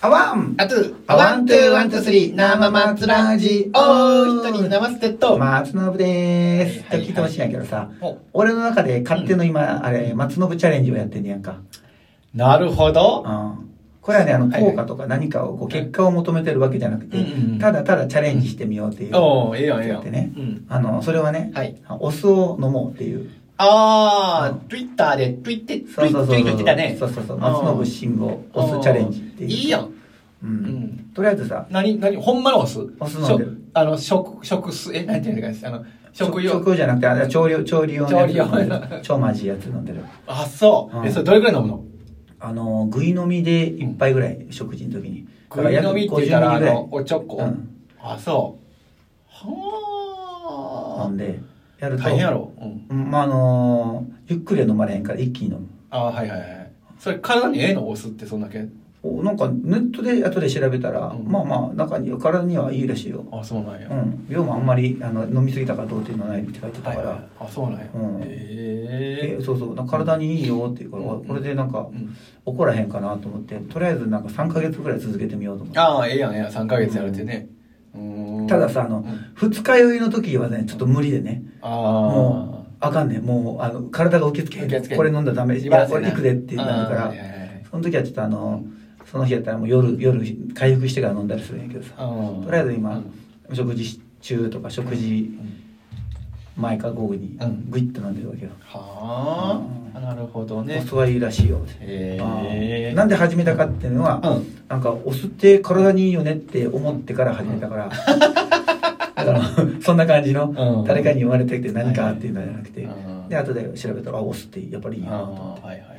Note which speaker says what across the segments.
Speaker 1: あワン
Speaker 2: あと、
Speaker 1: あ
Speaker 2: ワン、ツー、ワン、ツー、スリー、生松ラジオー一人生ステッド。
Speaker 1: 松信で
Speaker 2: は
Speaker 1: す。
Speaker 2: い
Speaker 1: って聞いてほしいんやけどさ、
Speaker 2: お
Speaker 1: 俺の中で勝手の今、あれ、松信チャレンジをやってんねやんか。
Speaker 2: なるほど。
Speaker 1: うんこれはね、あの、
Speaker 2: はいはい
Speaker 1: 効果とか何かを、こう、結果を求めてるわけじゃなくて
Speaker 2: うんうんうん、
Speaker 1: ただただチャレンジしてみようっていう。
Speaker 2: おおええやん、ええや
Speaker 1: やっ
Speaker 2: ん。
Speaker 1: てね
Speaker 2: うん。
Speaker 1: あの、それはね、
Speaker 2: はい。
Speaker 1: お酢を飲もうっていう。
Speaker 2: あー、ツイッターで、ツイッて、ツイッて言ってたね。
Speaker 1: そうそうそう。
Speaker 2: うん
Speaker 1: 松信信吾、お酢チャレンジっていう。
Speaker 2: いいやん。
Speaker 1: う。
Speaker 2: うんん。
Speaker 1: とりあえずさ、
Speaker 2: 何、何、ほんまのお酢
Speaker 1: お酢飲んでる
Speaker 2: しょあの、食、食す、え、なんていうのかですあの、食用。
Speaker 1: じゃなくて、あれは調理用、調理用のやつ飲んでる
Speaker 2: 調理用の
Speaker 1: 超マジいやつ飲んでる。
Speaker 2: あ、そう。
Speaker 1: う
Speaker 2: え、
Speaker 1: ん
Speaker 2: それどれくらい飲むの
Speaker 1: あの、ぐい飲みで一杯ぐらい、食事の時に。
Speaker 2: グリ飲みって言ったら、あ
Speaker 1: だから約
Speaker 2: の、おちょ
Speaker 1: 50ミリぐら
Speaker 2: こ
Speaker 1: い。うん
Speaker 2: あ、そう。
Speaker 1: 飲
Speaker 2: は
Speaker 1: んで、や
Speaker 2: ー。
Speaker 1: ると。
Speaker 2: 大変やろ。うん。
Speaker 1: うんまあ、あのーゆっくりは飲まれへんから一気に飲む。
Speaker 2: あー、はいはいはい。それ、体にええのお酢ってそんだけ。
Speaker 1: おなんかネットで後で調べたら、
Speaker 2: うん
Speaker 1: まあまあ中に体にはいいらしいよ。
Speaker 2: あ、そうなんや。
Speaker 1: うん。量もあんまりあの飲みすぎたからどうっていうのはないって書いてた
Speaker 2: はい
Speaker 1: から、
Speaker 2: はい、あそうなんや、
Speaker 1: うん
Speaker 2: へ
Speaker 1: えそうそうなんか体にいいよっていうから、
Speaker 2: うん
Speaker 1: これでなんか
Speaker 2: ーうん
Speaker 1: 怒らへんかなと思ってとりあえずなんか3ヶ月ぐらい続けてみようと思って。
Speaker 2: ああええやんええやん3ヶ月やるってね、うーん、
Speaker 1: たださあの二日酔いの時はねちょっと無理でね
Speaker 2: あ
Speaker 1: も
Speaker 2: あ
Speaker 1: うあかんねんもうあの体が受け付けへん
Speaker 2: 受け付けへん
Speaker 1: これ飲んだらダメい
Speaker 2: しばら
Speaker 1: や
Speaker 2: く
Speaker 1: これ
Speaker 2: ね
Speaker 1: 行くでってなるか
Speaker 2: あー
Speaker 1: ら
Speaker 2: はいはいはい
Speaker 1: その時はちょっとあのその日やったらもう夜夜回復してから飲んだりするんやけどさ
Speaker 2: うん
Speaker 1: とりあえず今、
Speaker 2: うん
Speaker 1: 食事中とか食事前か午後に
Speaker 2: うん
Speaker 1: グイッと飲んでるわけよ、
Speaker 2: はあ、なるほど
Speaker 1: お
Speaker 2: ね
Speaker 1: 酢はいいらしいよって、
Speaker 2: へ
Speaker 1: あ
Speaker 2: え
Speaker 1: ーなんで始めたかっていうのは、
Speaker 2: うん
Speaker 1: なんかお酢って体にいいよねって思ってから始めた から、だからそんな感じの、
Speaker 2: うん
Speaker 1: 誰かに言われてて何かっていうのじゃなくて、
Speaker 2: うん
Speaker 1: で後で調べたらあお酢ってやっぱりいいなと
Speaker 2: あ
Speaker 1: 思っ
Speaker 2: ー
Speaker 1: て
Speaker 2: はいはいはい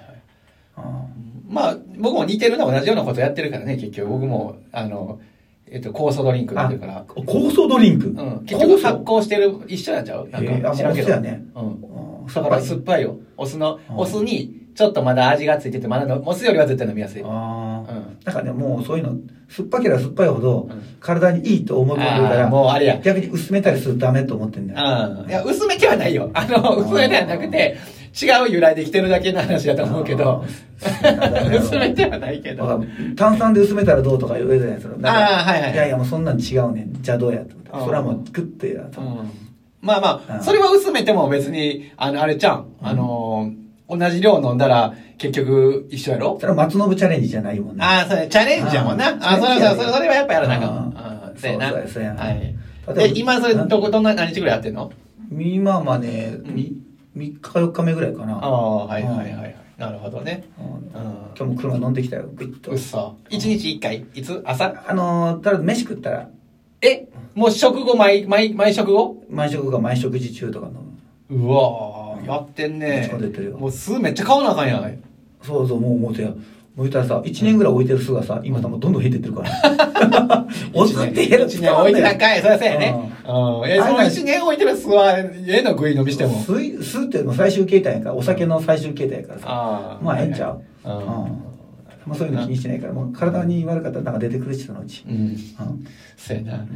Speaker 1: あ
Speaker 2: まあ僕も似てるの同じようなことやってるからね結局僕もあのえっと酵素ドリンク飲んでるから
Speaker 1: ー酵素ドリンク、
Speaker 2: うん、結局発
Speaker 1: 酵
Speaker 2: 酵してる一緒なんちゃうなん
Speaker 1: へえあも
Speaker 2: か
Speaker 1: う
Speaker 2: 知らんけど、
Speaker 1: お酢やね
Speaker 2: うん、
Speaker 1: 素
Speaker 2: だから酸っぱいよ。お酢の、
Speaker 1: うん
Speaker 2: お酢に、ちょっとまだ味がついてて、まだの、お酢よりは絶対飲みやすい。うん。
Speaker 1: ああ、
Speaker 2: うん
Speaker 1: なんかねもうそういうの酸っぱければ酸っぱいほど体にいいと思ってくるか
Speaker 2: あー
Speaker 1: ら
Speaker 2: もうあれや。
Speaker 1: 逆に薄めたりするとダメと思ってんだよ
Speaker 2: うん。いや、薄め気はないよ。あの、
Speaker 1: うん
Speaker 2: 薄めではなくて、違う由来できてるだけの話だと思うけど、 薄めではないけど。
Speaker 1: あー炭酸で薄めたらどうとか言うじゃないですか
Speaker 2: あーはいはいはい
Speaker 1: やいやもうそんなん違うねんじゃあどうやと思って
Speaker 2: うん
Speaker 1: それはもうグッとや
Speaker 2: う
Speaker 1: と、
Speaker 2: ん。まあま
Speaker 1: う
Speaker 2: あ、
Speaker 1: ん
Speaker 2: それは薄めても別に、あの、あれちゃん、あのー、同じ量飲んだら、結局、一緒やろ
Speaker 1: それは松信チャレンジじゃないもんね
Speaker 2: ああ、それ、チャレンジやもんな。
Speaker 1: うん
Speaker 2: ああ、それは、それそれはやっぱやらなあか
Speaker 1: うん
Speaker 2: ん。うん。や
Speaker 1: そうそうそうやな
Speaker 2: はい。
Speaker 1: 例え
Speaker 2: で、
Speaker 1: ば
Speaker 2: 今それ、どこ、どんな、何日ぐらいやってんの
Speaker 1: 今まあね3日4日目ぐらいか
Speaker 2: あ
Speaker 1: な
Speaker 2: あ、はいはいはいはい。なるほどね。
Speaker 1: うん
Speaker 2: う
Speaker 1: 今
Speaker 2: ん。
Speaker 1: 日も車飲んできたよグイッと
Speaker 2: うっそ。一日一回いつ朝
Speaker 1: あのーただ飯食ったら
Speaker 2: えもう食後、毎、毎、毎食後
Speaker 1: 毎食が毎食時中とか飲む
Speaker 2: うわーやってん
Speaker 1: めっ
Speaker 2: ね
Speaker 1: ちゃ出てるよ
Speaker 2: もう酢めっちゃ買わなあかんやない。
Speaker 1: そうそう、もう思うてや。もう言ったらさ、1年ぐらい置いてる巣がさ、今さ、もうどんどん減ってってるから。お酢って減る
Speaker 2: 一年置い てたんかい。そりゃそうやね。うん。え、
Speaker 1: あ
Speaker 2: その一年置いてる酢は、家の食い伸びしても。
Speaker 1: 酢い酢っていうの最終形態やから、お酒の最終形態やからさ。
Speaker 2: ああ。
Speaker 1: まあ、ええんちゃ
Speaker 2: う。
Speaker 1: う。
Speaker 2: うん
Speaker 1: うんもうそういうの気にしてないから、もう体に悪かったらなんか出てくるし、そのうち。
Speaker 2: う
Speaker 1: う
Speaker 2: ん。
Speaker 1: ん
Speaker 2: そうやな。
Speaker 1: ん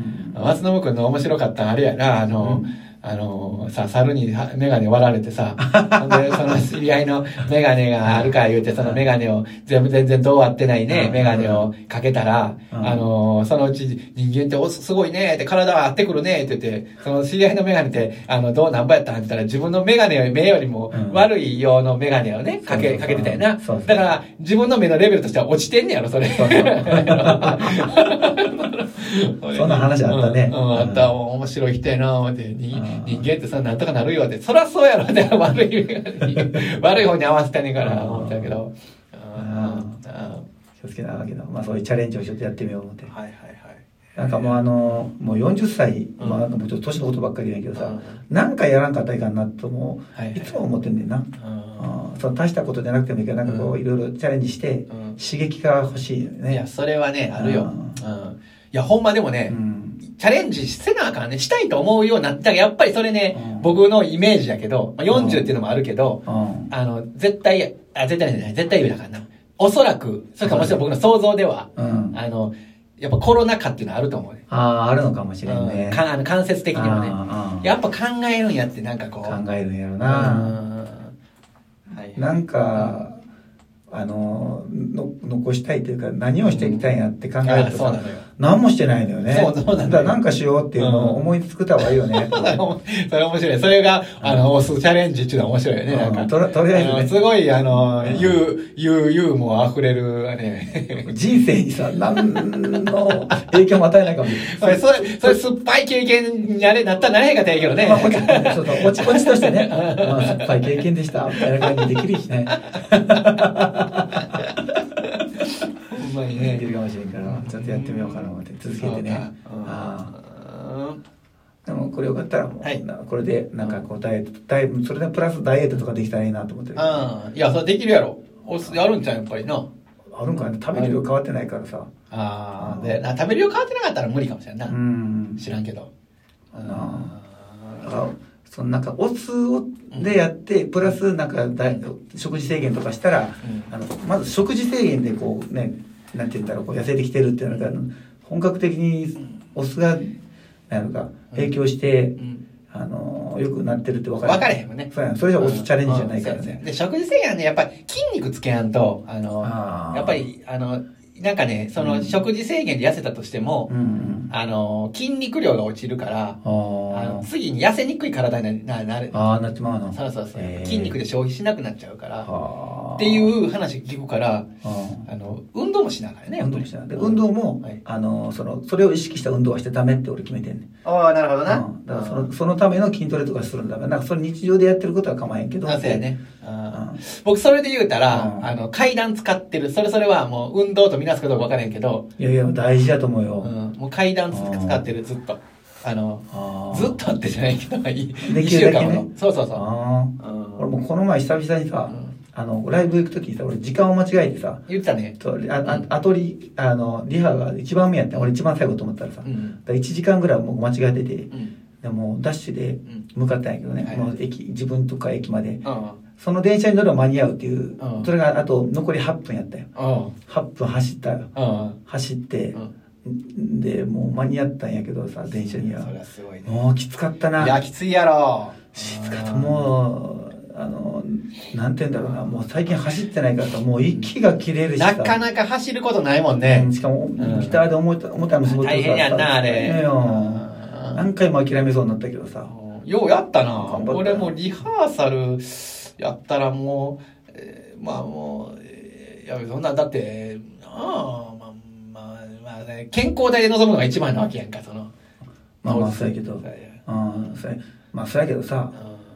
Speaker 2: 松信君の面白かったんあれやな、あの、
Speaker 1: うん
Speaker 2: あの、さ、猿にはメガネ割られて さ、ほんで、その知り合いのメガネがあるから言うて、そのメガネを全部全然どう割ってないね
Speaker 1: う、ん
Speaker 2: メガネをかけたら、
Speaker 1: うん
Speaker 2: あの、そのうち人間っておすごいね、って体は合ってくるね、って言って、その知り合いのメガネって、あの、どうなんぼやったんって言ったら、自分のメガネより目よりも
Speaker 1: うん
Speaker 2: 悪い用のメガネをね、か
Speaker 1: そう
Speaker 2: け、
Speaker 1: そう
Speaker 2: かけてたよな。
Speaker 1: そうそう
Speaker 2: だから、自分の目のレベルとしては落ちてんねやろ、それ。
Speaker 1: そんな話あったね
Speaker 2: うん、うんあった。面白い人やな、思って。に
Speaker 1: うん
Speaker 2: 人間ってさ、なんとかなるよって。そらそうやろ って、悪い目に、悪い方に合わせたねんから、
Speaker 1: うん
Speaker 2: 思ったけど。うん
Speaker 1: ん
Speaker 2: うん
Speaker 1: 気をつけなあかんけど、まあそういうチャレンジをちょっとやってみよう思って。
Speaker 2: はいはいはい。
Speaker 1: なんかもうあの、もう40歳、
Speaker 2: うん
Speaker 1: まあなんかもうちょっと年のことばっかりやけどさ、
Speaker 2: う
Speaker 1: なんかやらんかったらいかんなとも、
Speaker 2: はいう
Speaker 1: いつも思ってんねんな。
Speaker 2: うん
Speaker 1: あーその大したことじゃなくてもいいけどなんかこ
Speaker 2: う
Speaker 1: ういろいろチャレンジして
Speaker 2: うん
Speaker 1: 刺激が欲しいよ
Speaker 2: い
Speaker 1: ね、
Speaker 2: や、それはね、あるよ。
Speaker 1: う
Speaker 2: うんん。いや、ほんまでも
Speaker 1: う
Speaker 2: ね、
Speaker 1: ん、
Speaker 2: チャレンジせなあかんね。したいと思うようになった。だからやっぱりそれ
Speaker 1: う
Speaker 2: ね
Speaker 1: ん、
Speaker 2: 僕のイメージやけど、まあ
Speaker 1: うん
Speaker 2: 40っていうのもあるけど、
Speaker 1: うん
Speaker 2: あの、絶対、あ、絶対じゃない、絶対言うだからな。おそらく、それかもちろん僕の想像では、
Speaker 1: うん、あ
Speaker 2: あの、やっぱコロナ禍っていうのはあると思うね。
Speaker 1: あーあるのかもしれん
Speaker 2: う
Speaker 1: ね
Speaker 2: ん、かあの間接的にはね。
Speaker 1: は
Speaker 2: やっぱ考えるんやって、なんかこう。
Speaker 1: 考えるんやろ
Speaker 2: う
Speaker 1: な、
Speaker 2: んはい
Speaker 1: なんかあのの残したいというか何をしていきたいなって考え
Speaker 2: あ
Speaker 1: ると
Speaker 2: そう
Speaker 1: さ
Speaker 2: なのよ。
Speaker 1: 何もしてないのよね
Speaker 2: そうそうなの
Speaker 1: だ
Speaker 2: よ
Speaker 1: から何かしようっていうのを思いつくた方がいいよね、
Speaker 2: それも それ面白い。それが、あの、押すチャレンジっていうのは面白いよね。
Speaker 1: うん
Speaker 2: なんか
Speaker 1: とりとりあえずね
Speaker 2: のすごい、あの
Speaker 1: う、ん
Speaker 2: ゆう、ゆう、ゆうも溢れる、あ ね。
Speaker 1: 人生にさ何の影響も与えないかもしれない
Speaker 2: それ、それ、それ、酸っぱい経験になれ、なったらなれへんかったらいいけどね。
Speaker 1: まあ、こっち、そうそう、こっち、こっちとしてね、まあ、酸っぱい経験でした、みたいな感じでできるしね、
Speaker 2: ほんまに
Speaker 1: で
Speaker 2: ね
Speaker 1: き。るかもしれんから、ちょっとやってみようかな、思って、続けてね。
Speaker 2: そう
Speaker 1: ああ
Speaker 2: かうん
Speaker 1: でも、これよかったら、も、
Speaker 2: はいう
Speaker 1: なこれで、なんか、こう、ダイエット、ダイエットそれでプラスダイエットとかできたらいいなと思ってる。あ
Speaker 2: うん。いや、それできるやろ。お酢、やるんちゃうやっぱりな。
Speaker 1: るんかな、食べる量変わってないからさ。
Speaker 2: ああ、で、な食べる量変わってなかったら無理かもしれんな
Speaker 1: う。ん。
Speaker 2: 知らんけど。
Speaker 1: あだからそのなんかお酢をでやってプラスなんかだい食事制限とかしたら、
Speaker 2: うん
Speaker 1: あのまず食事制限でこうねなんて言ったらこう痩せてきてるっていうのがあの本格的にお酢がなんか影響して、
Speaker 2: うん
Speaker 1: あのよくなってるって分かる
Speaker 2: 分かれへんもんね。
Speaker 1: そうやんそれじゃお酢チャレンジじゃないから
Speaker 2: うんうんそうや
Speaker 1: ね
Speaker 2: ね、で、食事制限はね、やっぱり筋肉つけやんと、あの、
Speaker 1: あー
Speaker 2: やっぱり、あの、なんかね、そうの、
Speaker 1: ん
Speaker 2: 食事制限で痩せたとしても、
Speaker 1: うんうん
Speaker 2: あの、筋肉量が落ちるから、
Speaker 1: あ
Speaker 2: あの
Speaker 1: ー
Speaker 2: 次に痩せにくい体になななる。
Speaker 1: あーなっちまうの
Speaker 2: そうそうそう
Speaker 1: へ。ー
Speaker 2: 筋肉で消費しなくなっちゃうから、
Speaker 1: はあ
Speaker 2: っていう話聞くから、
Speaker 1: うん
Speaker 2: あの、運動もしながらね、やっ
Speaker 1: 運動
Speaker 2: ぱり
Speaker 1: もしなで運動も、
Speaker 2: はい
Speaker 1: あのそのそれを意識した運動はしてダメって俺決めてんねん
Speaker 2: ああ、なるほどな。
Speaker 1: うんだからそのそのための筋トレとかするんだからなんかそれ日常でやってることは構えんけど
Speaker 2: あそうやね。
Speaker 1: う
Speaker 2: あー
Speaker 1: ん
Speaker 2: 僕、それで言うたら、
Speaker 1: うん
Speaker 2: あの、階段使ってる。それそれはもう、運動とみなすことは分からへんけど、
Speaker 1: いやいや大事だと思うよ、
Speaker 2: うん、もう階段つ
Speaker 1: うん
Speaker 2: 使ってる、ずっと。あの、
Speaker 1: あー
Speaker 2: ずっとってじゃないけど、いい
Speaker 1: で
Speaker 2: 一
Speaker 1: き
Speaker 2: 週
Speaker 1: るだ
Speaker 2: 間
Speaker 1: けね
Speaker 2: ほど。そうそうそう。
Speaker 1: あ
Speaker 2: う
Speaker 1: ー
Speaker 2: ん
Speaker 1: 俺もうこの前久々にさ、
Speaker 2: うん
Speaker 1: あのライブ行く時にさ俺時間を間違えてさ
Speaker 2: 言ってたね。
Speaker 1: とああアトリあのリハが一番目やって俺一番最後と思ったらさ、
Speaker 2: う
Speaker 1: だか
Speaker 2: ん。
Speaker 1: ら1時間ぐらいもう間違えてて
Speaker 2: うん。
Speaker 1: でもうダッシュで
Speaker 2: うん。
Speaker 1: 向かったんやけどね、
Speaker 2: はい
Speaker 1: この駅自分とか駅まで
Speaker 2: うん。
Speaker 1: その電車に乗れば間に合うっていう、
Speaker 2: うん
Speaker 1: それがあと残り8分やったよ
Speaker 2: うん。
Speaker 1: 8分走ったよ
Speaker 2: うん。
Speaker 1: 走って
Speaker 2: う、ん。
Speaker 1: でもう間に合ったんやけどさ電車には
Speaker 2: そりゃすごいね。
Speaker 1: もうきつかった
Speaker 2: いや、
Speaker 1: な
Speaker 2: きついやろ。
Speaker 1: きつかった
Speaker 2: うん
Speaker 1: もうあのなんて言うんだろうなもう最近走ってないからさもう息が切れるしさ
Speaker 2: なかなか走ることないもん
Speaker 1: う
Speaker 2: ね
Speaker 1: ん。しかも
Speaker 2: ん
Speaker 1: ギターで重た重たいのすごい
Speaker 2: 大変やんな、あれ。
Speaker 1: よ
Speaker 2: うん
Speaker 1: 何回も諦めそうになったけどさ
Speaker 2: ようやったな
Speaker 1: 頑張った
Speaker 2: 俺もうリハーサルやったらもう、えーまあもう、えーいやそんなだってなあまあまあ、まあね、健康体で臨むのが一番なわけやんかその
Speaker 1: まあまあそうやけどうんそれまあそうやけどさ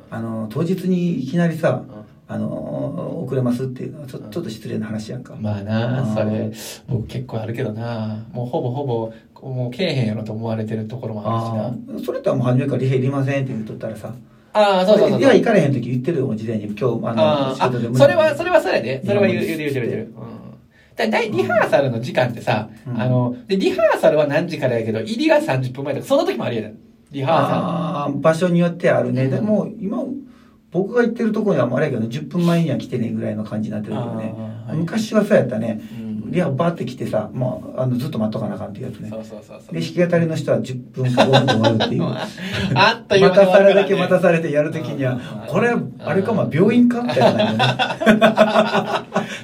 Speaker 1: あの当日にいきなりさあの遅れますっていうのはちょちょっと失礼な話やんか
Speaker 2: まあな
Speaker 1: うん
Speaker 2: それ僕結構あるけどなもうほぼほぼもうけえへんやろと思われてるところもあるし
Speaker 1: あ
Speaker 2: な
Speaker 1: ーそれとはもう初めからリハいりませんって言っとったらさ
Speaker 2: ああーそうそうそう
Speaker 1: で
Speaker 2: そ
Speaker 1: は
Speaker 2: う
Speaker 1: 行かれへん時言ってるよ事前に今日あの
Speaker 2: あーあそれはそれはそうやでそれは言う言う言う言う言う、うんだだいリハーサルの時間ってさ、
Speaker 1: うん
Speaker 2: あのでリハーサルは何時からやけど入りが30分前とかその時もあるやんリハ
Speaker 1: あー場所によってあるね、
Speaker 2: うん
Speaker 1: でも今僕が行ってるところにはもうあれやけど10分前には来てねぐらいの感じになっ
Speaker 2: ー
Speaker 1: て
Speaker 2: サル
Speaker 1: るけどね、
Speaker 2: あーはい
Speaker 1: 昔はそうやったね
Speaker 2: うん
Speaker 1: リハバーって来てさ、まあ、あのずっと待っとかなあかんっていうやつね
Speaker 2: そうそうそうそう
Speaker 1: で弾き語りの人は10分か5分で終わる っていう
Speaker 2: ああっという間
Speaker 1: 待
Speaker 2: に終
Speaker 1: た
Speaker 2: わ
Speaker 1: さ
Speaker 2: る
Speaker 1: れ
Speaker 2: から
Speaker 1: だ
Speaker 2: ね
Speaker 1: け待たされてやるときには
Speaker 2: うん
Speaker 1: これあれかまあ病院かみたいな感 じでね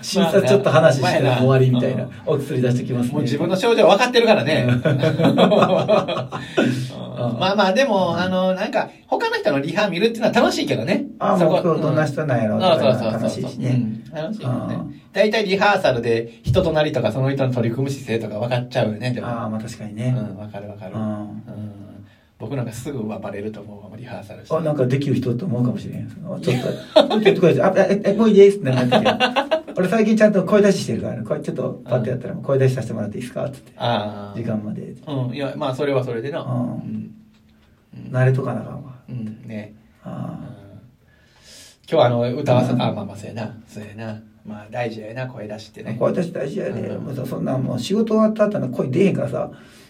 Speaker 1: 診察ちょっと話してら終わりみたいなお薬出してきますね
Speaker 2: もう自分の症状分かってるからね。 うんまあまあ、でも、あの、なんか、他の人のリハ見るっていうのは楽しいけどね。
Speaker 1: ああ
Speaker 2: そ
Speaker 1: も
Speaker 2: こ
Speaker 1: う今日どんな人なんやろ
Speaker 2: う
Speaker 1: うんとかいうの
Speaker 2: そうそう
Speaker 1: は
Speaker 2: そう
Speaker 1: 楽しいしね、
Speaker 2: うん楽しいけど
Speaker 1: あ
Speaker 2: ね。大体リハーサルで人となりとかその人の取り組む姿勢とか分かっちゃうよね。でも
Speaker 1: ああまあ確かに
Speaker 2: う
Speaker 1: ね、
Speaker 2: ん、分かる分かる。
Speaker 1: うん
Speaker 2: うん僕なんかすぐはバレると思うわリハーサルして。
Speaker 1: あなんかできる人と思うかもしれんそのちょっと「ちょっと声出してあええもういいです」ってなってきて 俺最近ちゃんと声出ししてるからねこれちょっとパッてやったら「声出しさせてもらっていいですか?」っつって
Speaker 2: ああ。
Speaker 1: 時間まで
Speaker 2: うん、いや、まあ、それはそれでな。
Speaker 1: うん
Speaker 2: うん
Speaker 1: 慣れとかなあかんわ
Speaker 2: うん、ね。うん
Speaker 1: あ
Speaker 2: 今日あの歌はさ、
Speaker 1: うん
Speaker 2: あまあまあそうやなそうやなまあ大事やな声出しって
Speaker 1: あ
Speaker 2: ね
Speaker 1: 声出し大事やで、
Speaker 2: うん
Speaker 1: もうさそんなもう仕事終わった後の声出へんからさ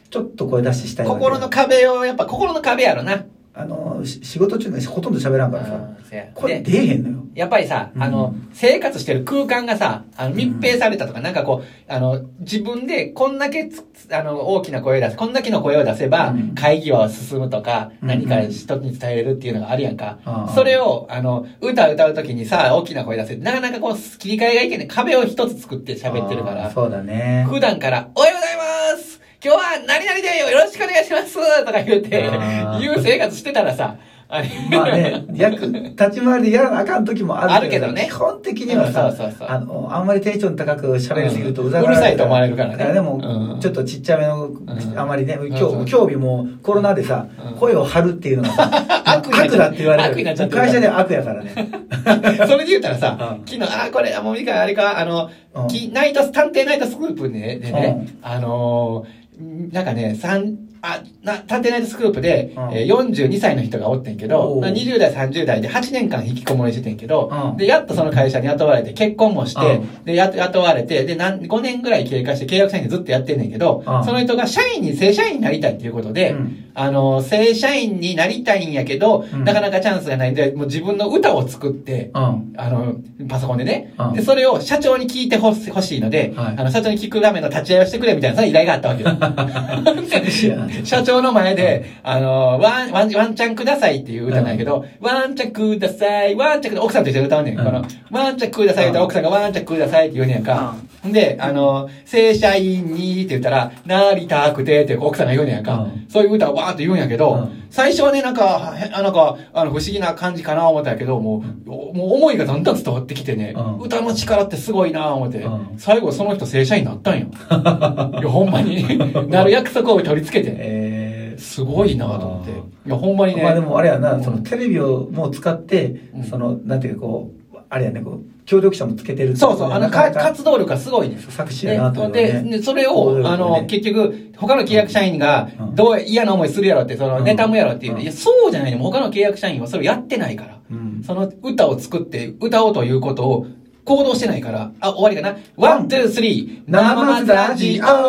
Speaker 1: ちょっと声出ししたいわけ
Speaker 2: 心の壁をやっぱ心の壁やろな
Speaker 1: あのし仕事中にほとんど喋らんからさ
Speaker 2: うんそうや
Speaker 1: 声
Speaker 2: で
Speaker 1: 出えへんのよ
Speaker 2: やっぱりさ、あの、
Speaker 1: うん
Speaker 2: 生活してる空間がさ、あの密閉されたとか、なんかこう、あの、自分でこんだけつ、あの、大きな声を出す、こんだけの声を出せば、
Speaker 1: うん
Speaker 2: 会議は進むとか、
Speaker 1: うん
Speaker 2: 何か人に伝えれるっていうのがあるやんか。
Speaker 1: ああ
Speaker 2: それを、あの、歌歌うときにさ、大きな声出せって、なかなかこう、切り替えがいけない。壁を一つ作って喋ってる
Speaker 1: あ
Speaker 2: か
Speaker 1: ー
Speaker 2: ら、
Speaker 1: そうだね
Speaker 2: 普段から、おはようございます今日は何々でよろしくお願いしますとか言うて
Speaker 1: あ、ー
Speaker 2: 言う生活してたらさ、あれ
Speaker 1: まあね、 役、立ち回りでやらなあかん時もある
Speaker 2: あるけどね
Speaker 1: 基本的にはさ、
Speaker 2: うんそうそうそう
Speaker 1: あの、あんまりテンション高く喋りすぎると
Speaker 2: うん
Speaker 1: うざがられ
Speaker 2: うるさいと思われるからね
Speaker 1: で
Speaker 2: う
Speaker 1: も
Speaker 2: ん、
Speaker 1: ちょっとちっちゃめの
Speaker 2: う、ん
Speaker 1: あまりね、
Speaker 2: そうそ
Speaker 1: 今
Speaker 2: う
Speaker 1: 日、競技もコロナでさ
Speaker 2: うん、、
Speaker 1: 声を張るっていうのがさ
Speaker 2: 悪になっちゃう
Speaker 1: だって言われ
Speaker 2: 悪に
Speaker 1: る
Speaker 2: なっちゃってる
Speaker 1: 会社では悪やからね。
Speaker 2: それで言ったらさ
Speaker 1: う、ん
Speaker 2: 昨日、ああ、これ、もういいか、あれか、あの、
Speaker 1: うん
Speaker 2: きナイト、探偵ナイトスクープでね、でねあのー、なんかね、三あな探偵ナイトスクープで、
Speaker 1: うん
Speaker 2: えー42歳の人がおってんけど、
Speaker 1: おう
Speaker 2: 20代、30代で8年間引きこもりしててんけど、
Speaker 1: うん
Speaker 2: で、やっとその会社に雇われて、結婚もして、
Speaker 1: うん
Speaker 2: で、や雇われて、で、なん5年ぐらい経過して契約社員でずっとやってんねんけど、
Speaker 1: うん
Speaker 2: その人が社員に、正社員になりたいっていうことで、
Speaker 1: うん
Speaker 2: あの、正社員になりたいんやけど、
Speaker 1: うん
Speaker 2: なかなかチャンスがないんで、もう自分の歌を作って、
Speaker 1: うん。
Speaker 2: あの、パソコンでね。
Speaker 1: うん
Speaker 2: で、それを社長に聞いてほしほしいので、
Speaker 1: はい
Speaker 2: あの、社長に聞くための立ち会いをしてくれみたいな、その依頼があったわ けよ。
Speaker 1: しいな
Speaker 2: で 社長の前で、あの、ワン、ワン、ワンチャンくださいっていう歌なんやけど、ワンチャンください、ワンチャンくだ奥さんと一緒に歌うねん。
Speaker 1: うん
Speaker 2: この、ワンチャンくださいって言ったら奥さんがワンチャンくださいって言うねんやんか。で、あの、正社員にって言ったら、なりたくてって奥さんが言うねんやんか。
Speaker 1: うん
Speaker 2: そういう歌をわーって言うんやけど、
Speaker 1: うん
Speaker 2: 最初はね、なんか、へあなんか、あの、不思議な感じかな思ったんやけど、もう、もう思いがだんだん伝わってきてね、
Speaker 1: うん
Speaker 2: 歌の力ってすごいな思って、
Speaker 1: うん
Speaker 2: 最後その人正社員になったんよ。いや、ほんまに。なる約束を取り付けて、
Speaker 1: えー
Speaker 2: すごいなと思って。い
Speaker 1: うん
Speaker 2: や、ほんまにね。
Speaker 1: まあでもあれや
Speaker 2: う
Speaker 1: な、
Speaker 2: ん
Speaker 1: そのテレビをもう使って
Speaker 2: うん、
Speaker 1: その、なんていうかこう、あれやね、こう、協力者もつけてるってこ
Speaker 2: そう
Speaker 1: とで
Speaker 2: そう、あの、
Speaker 1: なか
Speaker 2: か
Speaker 1: なか
Speaker 2: 活動力がすごいね。
Speaker 1: 作詞やなと思
Speaker 2: で
Speaker 1: う
Speaker 2: で
Speaker 1: ね
Speaker 2: でそれ
Speaker 1: 行動
Speaker 2: を、
Speaker 1: 力ね
Speaker 2: あの、結局、他の契約社員が
Speaker 1: う、ん
Speaker 2: どう、嫌な思いするやろって、その、
Speaker 1: うん
Speaker 2: 妬むやろっていう
Speaker 1: う
Speaker 2: ね。
Speaker 1: ん
Speaker 2: いや、そうじゃないね。もう他の契約社員はそれをやってないから。
Speaker 1: うん
Speaker 2: その歌を作って、歌おうということを行動してないから、あ、終わりかな。ワン、ツー、スリー、
Speaker 1: 生松ラジオ